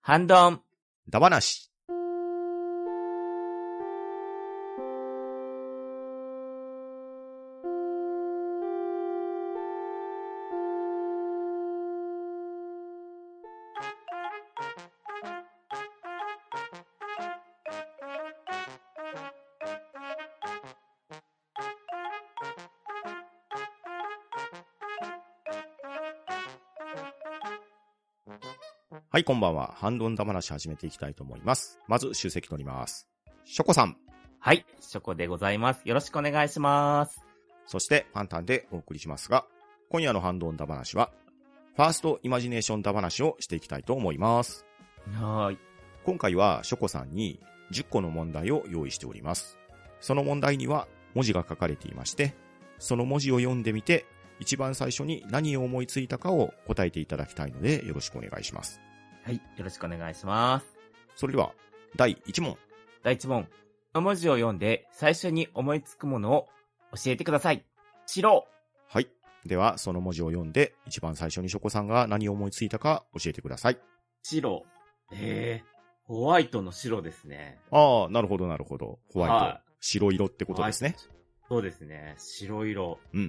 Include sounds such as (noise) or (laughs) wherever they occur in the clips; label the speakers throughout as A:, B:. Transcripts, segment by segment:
A: 半ドン。
B: だばなし。はい、こんばんは。ハンドンだばなし始めていきたいと思います。まず、集積取ります。ショコさん。
A: はい、ショコでございます。よろしくお願いします。
B: そして、パンタンでお送りしますが、今夜のハンドンだばなしは、ファーストイマジネーションだばなしをしていきたいと思います。
A: はーい。
B: 今回はショコさんに10個の問題を用意しております。その問題には文字が書かれていまして、その文字を読んでみて、一番最初に何を思いついたかを答えていただきたいのでよろしくお願いします。
A: はい、よろしくお願いします。
B: それでは、第1問。
A: 第1問。文字を読んで最初に思いつくものを教えてください。白。
B: はい。では、その文字を読んで、一番最初にショコさんが何を思いついたか教えてください。
A: 白。えー、ホワイトの白ですね。
B: ああ、なるほど、なるほど。ホワイト。
A: はい
B: 白色ってことですね。。
A: そうですね。白色。
B: うんうん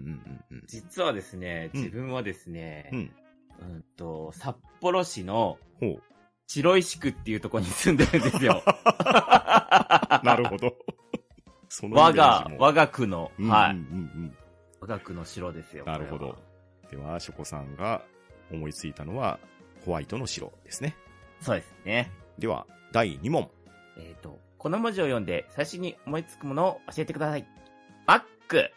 B: うんうん。
A: 実はですね、
B: うん
A: 自分はですね、
B: うん。
A: うんと、札幌市の
B: ほう。白
A: 白石区っていうところに住んでるんです
B: (laughs)
A: よ。
B: なるほど。 (laughs) そのイメー
A: 我
B: ジ
A: が、
B: も
A: 我が区の、
B: うんうんうん
A: は
B: う
A: い。
B: ん
A: 我が区の城ですよ。
B: なるほど
A: これは。
B: では、ショコさんが思いついたのは、ホワイトの白ですね。
A: そうですね。
B: では、第2問。
A: えっ、と、この文字を読んで、最初に思いつくものを教えてください。バック。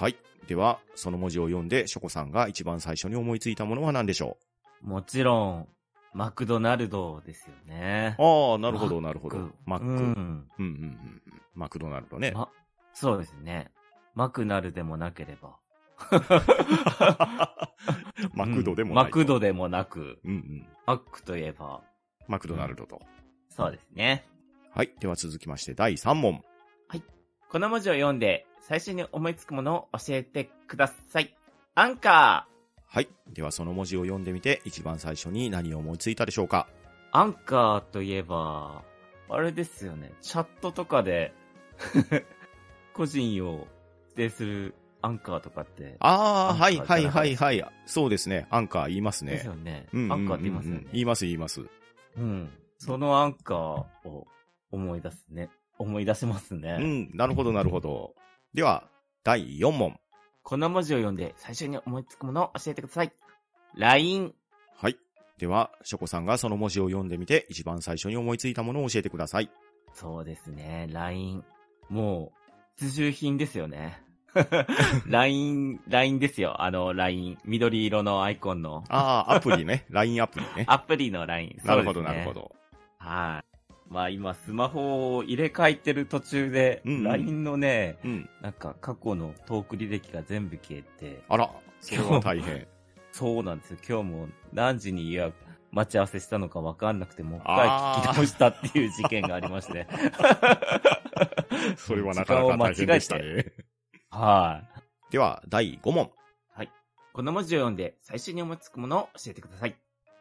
B: はい。では、その文字を読んで、ショコさんが一番最初に思いついたものは何でしょ
A: もちろん、マクドナルドですよね
B: う。ああ、なるほど、なるほど。マック。
A: う
B: うん、
A: ん。
B: うん、うん。マクドナルドね。
A: ま、そうですね。マクナルでもなければ。
B: (laughs) マクドでも
A: う
B: なんい。
A: マク。ドでもなく、
B: うんうん。
A: マックといえば、
B: マクドナルドと。
A: そうですね。
B: はい。では続きまして、第3問。
A: この文字を読んで、最初に思いつくものを教えてください。アンカ
B: はい。では、その文字を読んでみて、一番最初に何を思いついたでしょうか
A: ーアンカーといえば、あれですよね。チャットとか
B: (laughs)
A: で、個人を指定するアンカーとかって、
B: ああ、
A: アンカー
B: はいはい
A: じゃな
B: はいいはい。そうですね。アンカー言います
A: です
B: ね
A: よ。ね。
B: うんうんうんうん
A: アンカーって言いますよね。
B: 言います言います。
A: うん。そのアンカーを思い出すね。思い出せますね。
B: うん、なるほどなるほど。では、第4問。
A: この文字を読んで、最初に思いつくものを教えてください。LINE。
B: はい。では、ショコさんがその文字を読んでみて、一番最初に思いついたものを教えてください。
A: そうですね、LINE。もう、必需品ですよ
B: (laughs)
A: ね。LINE、LINE ですよ。あの、LINE。緑色のアイコンの。
B: ああ、アプ
A: (laughs)
B: リね。LINE アプリね。
A: アプリの LINE。
B: なるほ
A: そ
B: ど、
A: うで
B: な
A: すね
B: るほ。ど。
A: はい。まあ今、スマホを入れ替えてる途中で、
B: うんうん
A: LINE のね、
B: うん。
A: なんか過去のトーク履歴が全部消えて、
B: あら、それは大変。
A: そうなんですよ。今日も何時に予約、待ち合わせしたのか分かんなくて、もう一回聞き直したっていう事件がありまして。
B: (laughs) それはなかなか大変でした
A: 時間を間違えて
B: ね。
A: はい。
B: では、第5問。
A: この文字を読んで、最初に思いつくものを教えてください。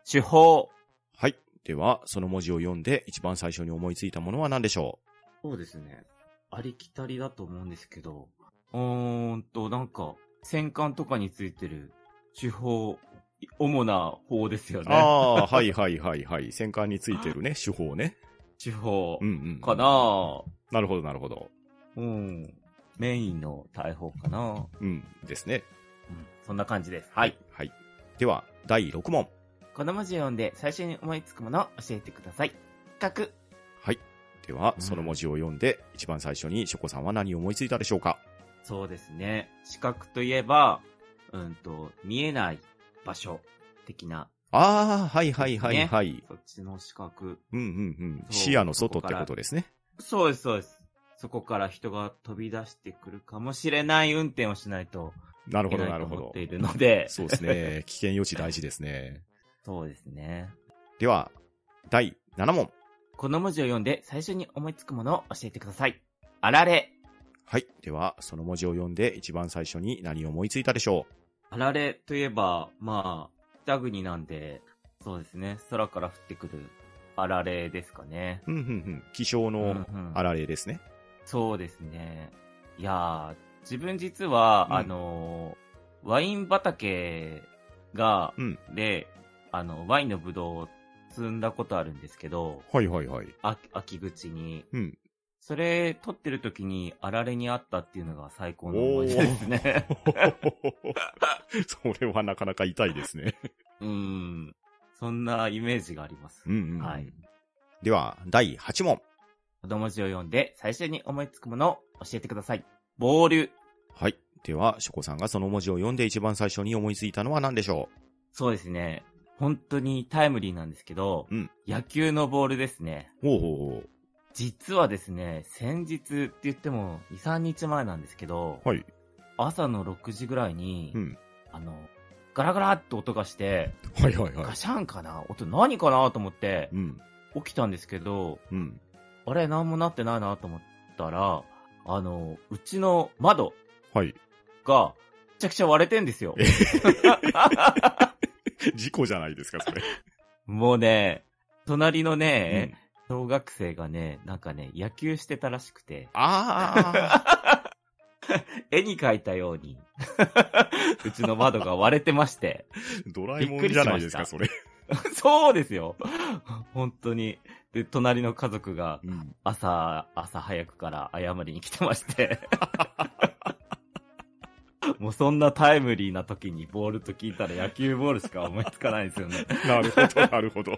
A: 手法。
B: はい。では、その文字を読んで、一番最初に思いついたものは何でしょう
A: そうですね。ありきたりだと思うんですけど、うーんと、なんか、戦艦とかについてる手法、主な法ですよね。
B: ああ、はいはいはいはい。戦艦についてるね、手法ね。
A: 手法
B: うんうん。
A: かな
B: なるほど、なるほど。
A: うん。メインの大砲かな
B: うん、ですね。
A: うん。そんな感じです。はい。。
B: はい。では、第6問。
A: この文字を読んで最初に思いつくものを教えてください。角。
B: はい。では、
A: うん
B: その文字を読んで、一番最初にショコさんは何を思いついたでしょうか
A: そうですね。視覚といえば、うんと、見えない場所的な、
B: ああ、はいはいはいはい。
A: そっちの視覚。
B: うんうんうん。
A: そう
B: 視野の外ってことですね。
A: そうです、そうです。そこから人が飛び出してくるかもしれない運転をしないと
B: なる
A: いけ
B: ほど
A: な
B: ない
A: と
B: るほ
A: 思っ
B: ど
A: て。いるので、
B: そうですね。危険予知大事ですね。
A: そうですね。
B: では、第7問。
A: この文字を読んで最初に思いつくものを教えてください。あられ。
B: はい。では、その文字を読んで、一番最初に何を思いついたでしょ
A: あられといえば、まあ、北国なんで、そうですね、空から降ってくるあられですかね。
B: うん、うん、うん。気象
A: う
B: の
A: んうん
B: あられですね。
A: そうですね。いやー、自分実は、
B: うん
A: あのー、ワイン畑が、
B: うん
A: で、あの、ワインのブドウを摘んだことあるんですけど、
B: はいはいはい。
A: あ秋口に。
B: うん。 (laughs)
A: それ、取ってる時に、あられにあったっていうのが最高の思い出ですね。 (laughs)
B: それはなかなか痛いですね。
A: うん。そんなイメージがあります。
B: うん、うん。
A: はい。。
B: では、第8問。
A: 子供字を読んで、最初に思いつくものを教えてください。ボール。
B: はい。では、ショコさんがその文字を読んで一番最初に思いついたのは何でしょ
A: そうですね。本当にタイムリーなんですけど、
B: うん
A: 野球のボールですね。
B: うほうほう
A: 実はですね、先日って言っても2、3日前なんですけど、
B: はい。
A: 朝の6時ぐらいに、
B: うん。
A: あの、ガラガラって音がして、
B: はいはいは
A: ガ。シャンかな音何かなと思って
B: うん。
A: 起きたんですけど、
B: うん。
A: あれ何もなってないなと思ったら、あの、うちの窓
B: はい。
A: がめちゃくちゃ割れてんですよ。
B: 事故じゃないですか、それ。
A: もうね、隣のね、
B: うん
A: 小学生がね、なんかね、野球してたらしくて、
B: ああ。
A: 絵に描いたように、うちの窓が割れてまして。
B: (laughs) ドラえもんじゃないです
A: び
B: か、
A: っくりしました
B: それ。
A: (laughs) そうですよ。本当に。で、隣の家族が
B: うん。
A: 朝、朝早くから謝りに来てま (laughs) して。もうそんなタイムリーな時にボールと聞いたら野球ボールしか思いつかないんですよね。
B: (laughs) なるほど、なるほど。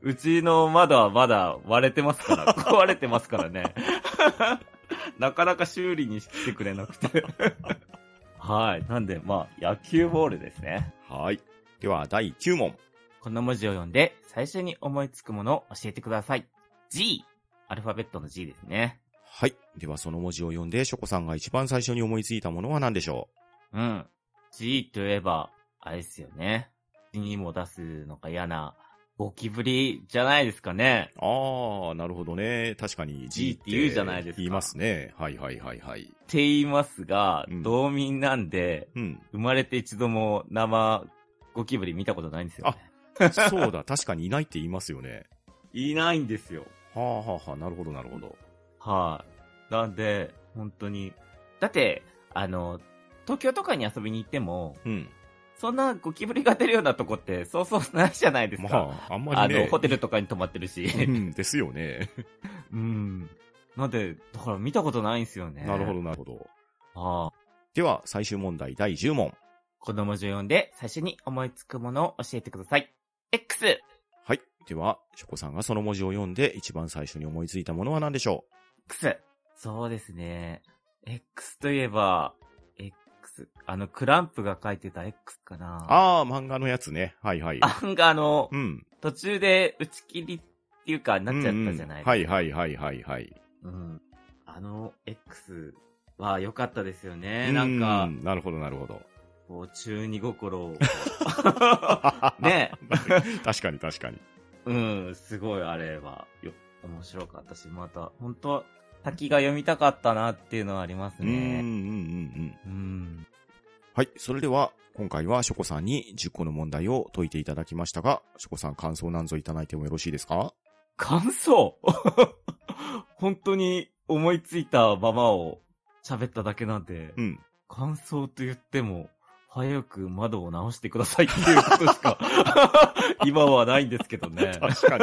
A: うちの窓はまだ割れてます (laughs) から、壊れてますからね。なかなか修理に来てくれなく (laughs) て。はい。なんで、まあ、野球ボールですね。
B: はい。では、第9問。
A: この文字を読んで、最初に思いつくものを教えてください。G! アルファベットの G ですね。
B: はい。では、その文字を読んで、ショコさんが一番最初に思いついたものは何でしょ
A: うん。G といえば、あれですよね。字にも出すのが嫌な、ゴキブリじゃないですかね。
B: うああ、なるほどね。確かに
A: G って言うじゃないですか
B: 言いますね。はいはいはいはい。
A: って言いますが、
B: うん
A: 道民なんで、
B: (laughs) うん。
A: 生まれて一度も生ゴキブリ見たことないんですよ、ね。
B: そうだ、確かにいないって言いますよね。
A: いないんですよ。
B: はあはあはあ、なるほどなるほど。
A: はい、なんで、本当に。だって、あの、東京とかに遊びに行っても、
B: うん。
A: そんなゴキブリが出るようなとこって、そうそうないじゃないですか。
B: まあ、あんま
A: あ
B: り
A: の、
B: ね。
A: ホテルとかに泊まってるし。
B: うん、ですよ (laughs) ね。
A: うん。なんで、だから見たことないんですよね。
B: なるほど、。なるほど。
A: ああ。
B: では、最終問題第10問。
A: 子供字を読んで、最初に思いつくものを教えてください。X!
B: はい。では、ショコさんがその文字を読んで、一番最初に思いついたものは何でしょ
A: X! そうですね。X といえば、X。あの、クランプが書いてた X か
B: う
A: な。
B: ああ、漫画のやつね。はいはい。
A: あなんかあの、
B: うん。
A: 途中で打ち切りっていうか、なっちゃったじゃないですか。
B: うんうんはいはいはいはいはい。
A: うん。あの X は良かったですよね。なん
B: う
A: か、
B: なるほどなるほど。
A: こう、中二心を。
B: (laughs)
A: ね。
B: 確かに確かに。
A: うん、すごいあれは、よ、面白かったし、また、本当は先が読みたかったなっていうのはあります
B: うんうんうん
A: ね。う
B: うん。
A: ん。
B: はい。それでは、今回はショコさんに10個の問題を解いていただきましたが、ショコさん感想なんぞいただいてもよろしいですか
A: 感想 (laughs) 本当に思いついたままを喋っただけなんで、
B: うん。
A: 感想と言っても、早く窓を直してくださいっていうことし
B: (laughs)
A: か、今はないんですけどね。
B: 確か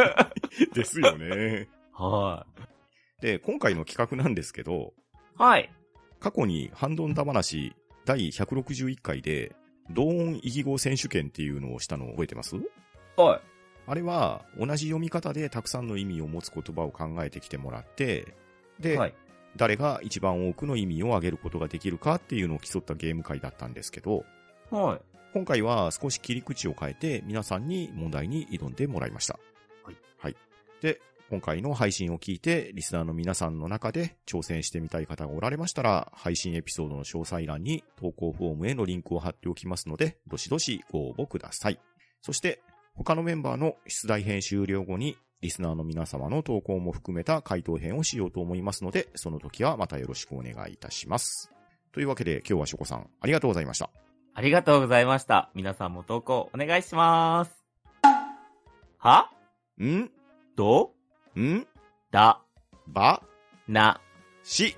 B: に。 (laughs) ですよね。
A: は
B: で、今回の企画なんですけど、
A: い。はい。
B: 過去にハンドンダ話第161回で、同音異義語選手権っていうのをしたのを覚えてます
A: はい。
B: あれは、同じ読み方でたくさんの意味を持つ言葉を考えてきてもらって、で、
A: はい。
B: 誰が一番多くの意味を上げることができるかっていうのを競ったゲーム会だったんですけど、
A: はい。
B: 今回は少し切り口を変えて皆さんに問題に挑んでもらいました。
A: はい。
B: で、今回の配信を聞いて、リスナーの皆さんの中で挑戦してみたい方がおられましたら、配信エピソードの詳細欄に投稿フォームへのリンクを貼っておきますので、どしどしご応募ください。そして、他のメンバーの出題編終了後に、リスナーの皆様の投稿も含めた回答編をしようと思いますので、その時はまたよろしくお願いいたします。というわけで、今日はしょこさん、ありがとうございました。
A: ありがとうございました。皆さんも投稿お願いします。は
B: ん
A: と、
B: ん
A: だ、
B: ば
A: な、
B: し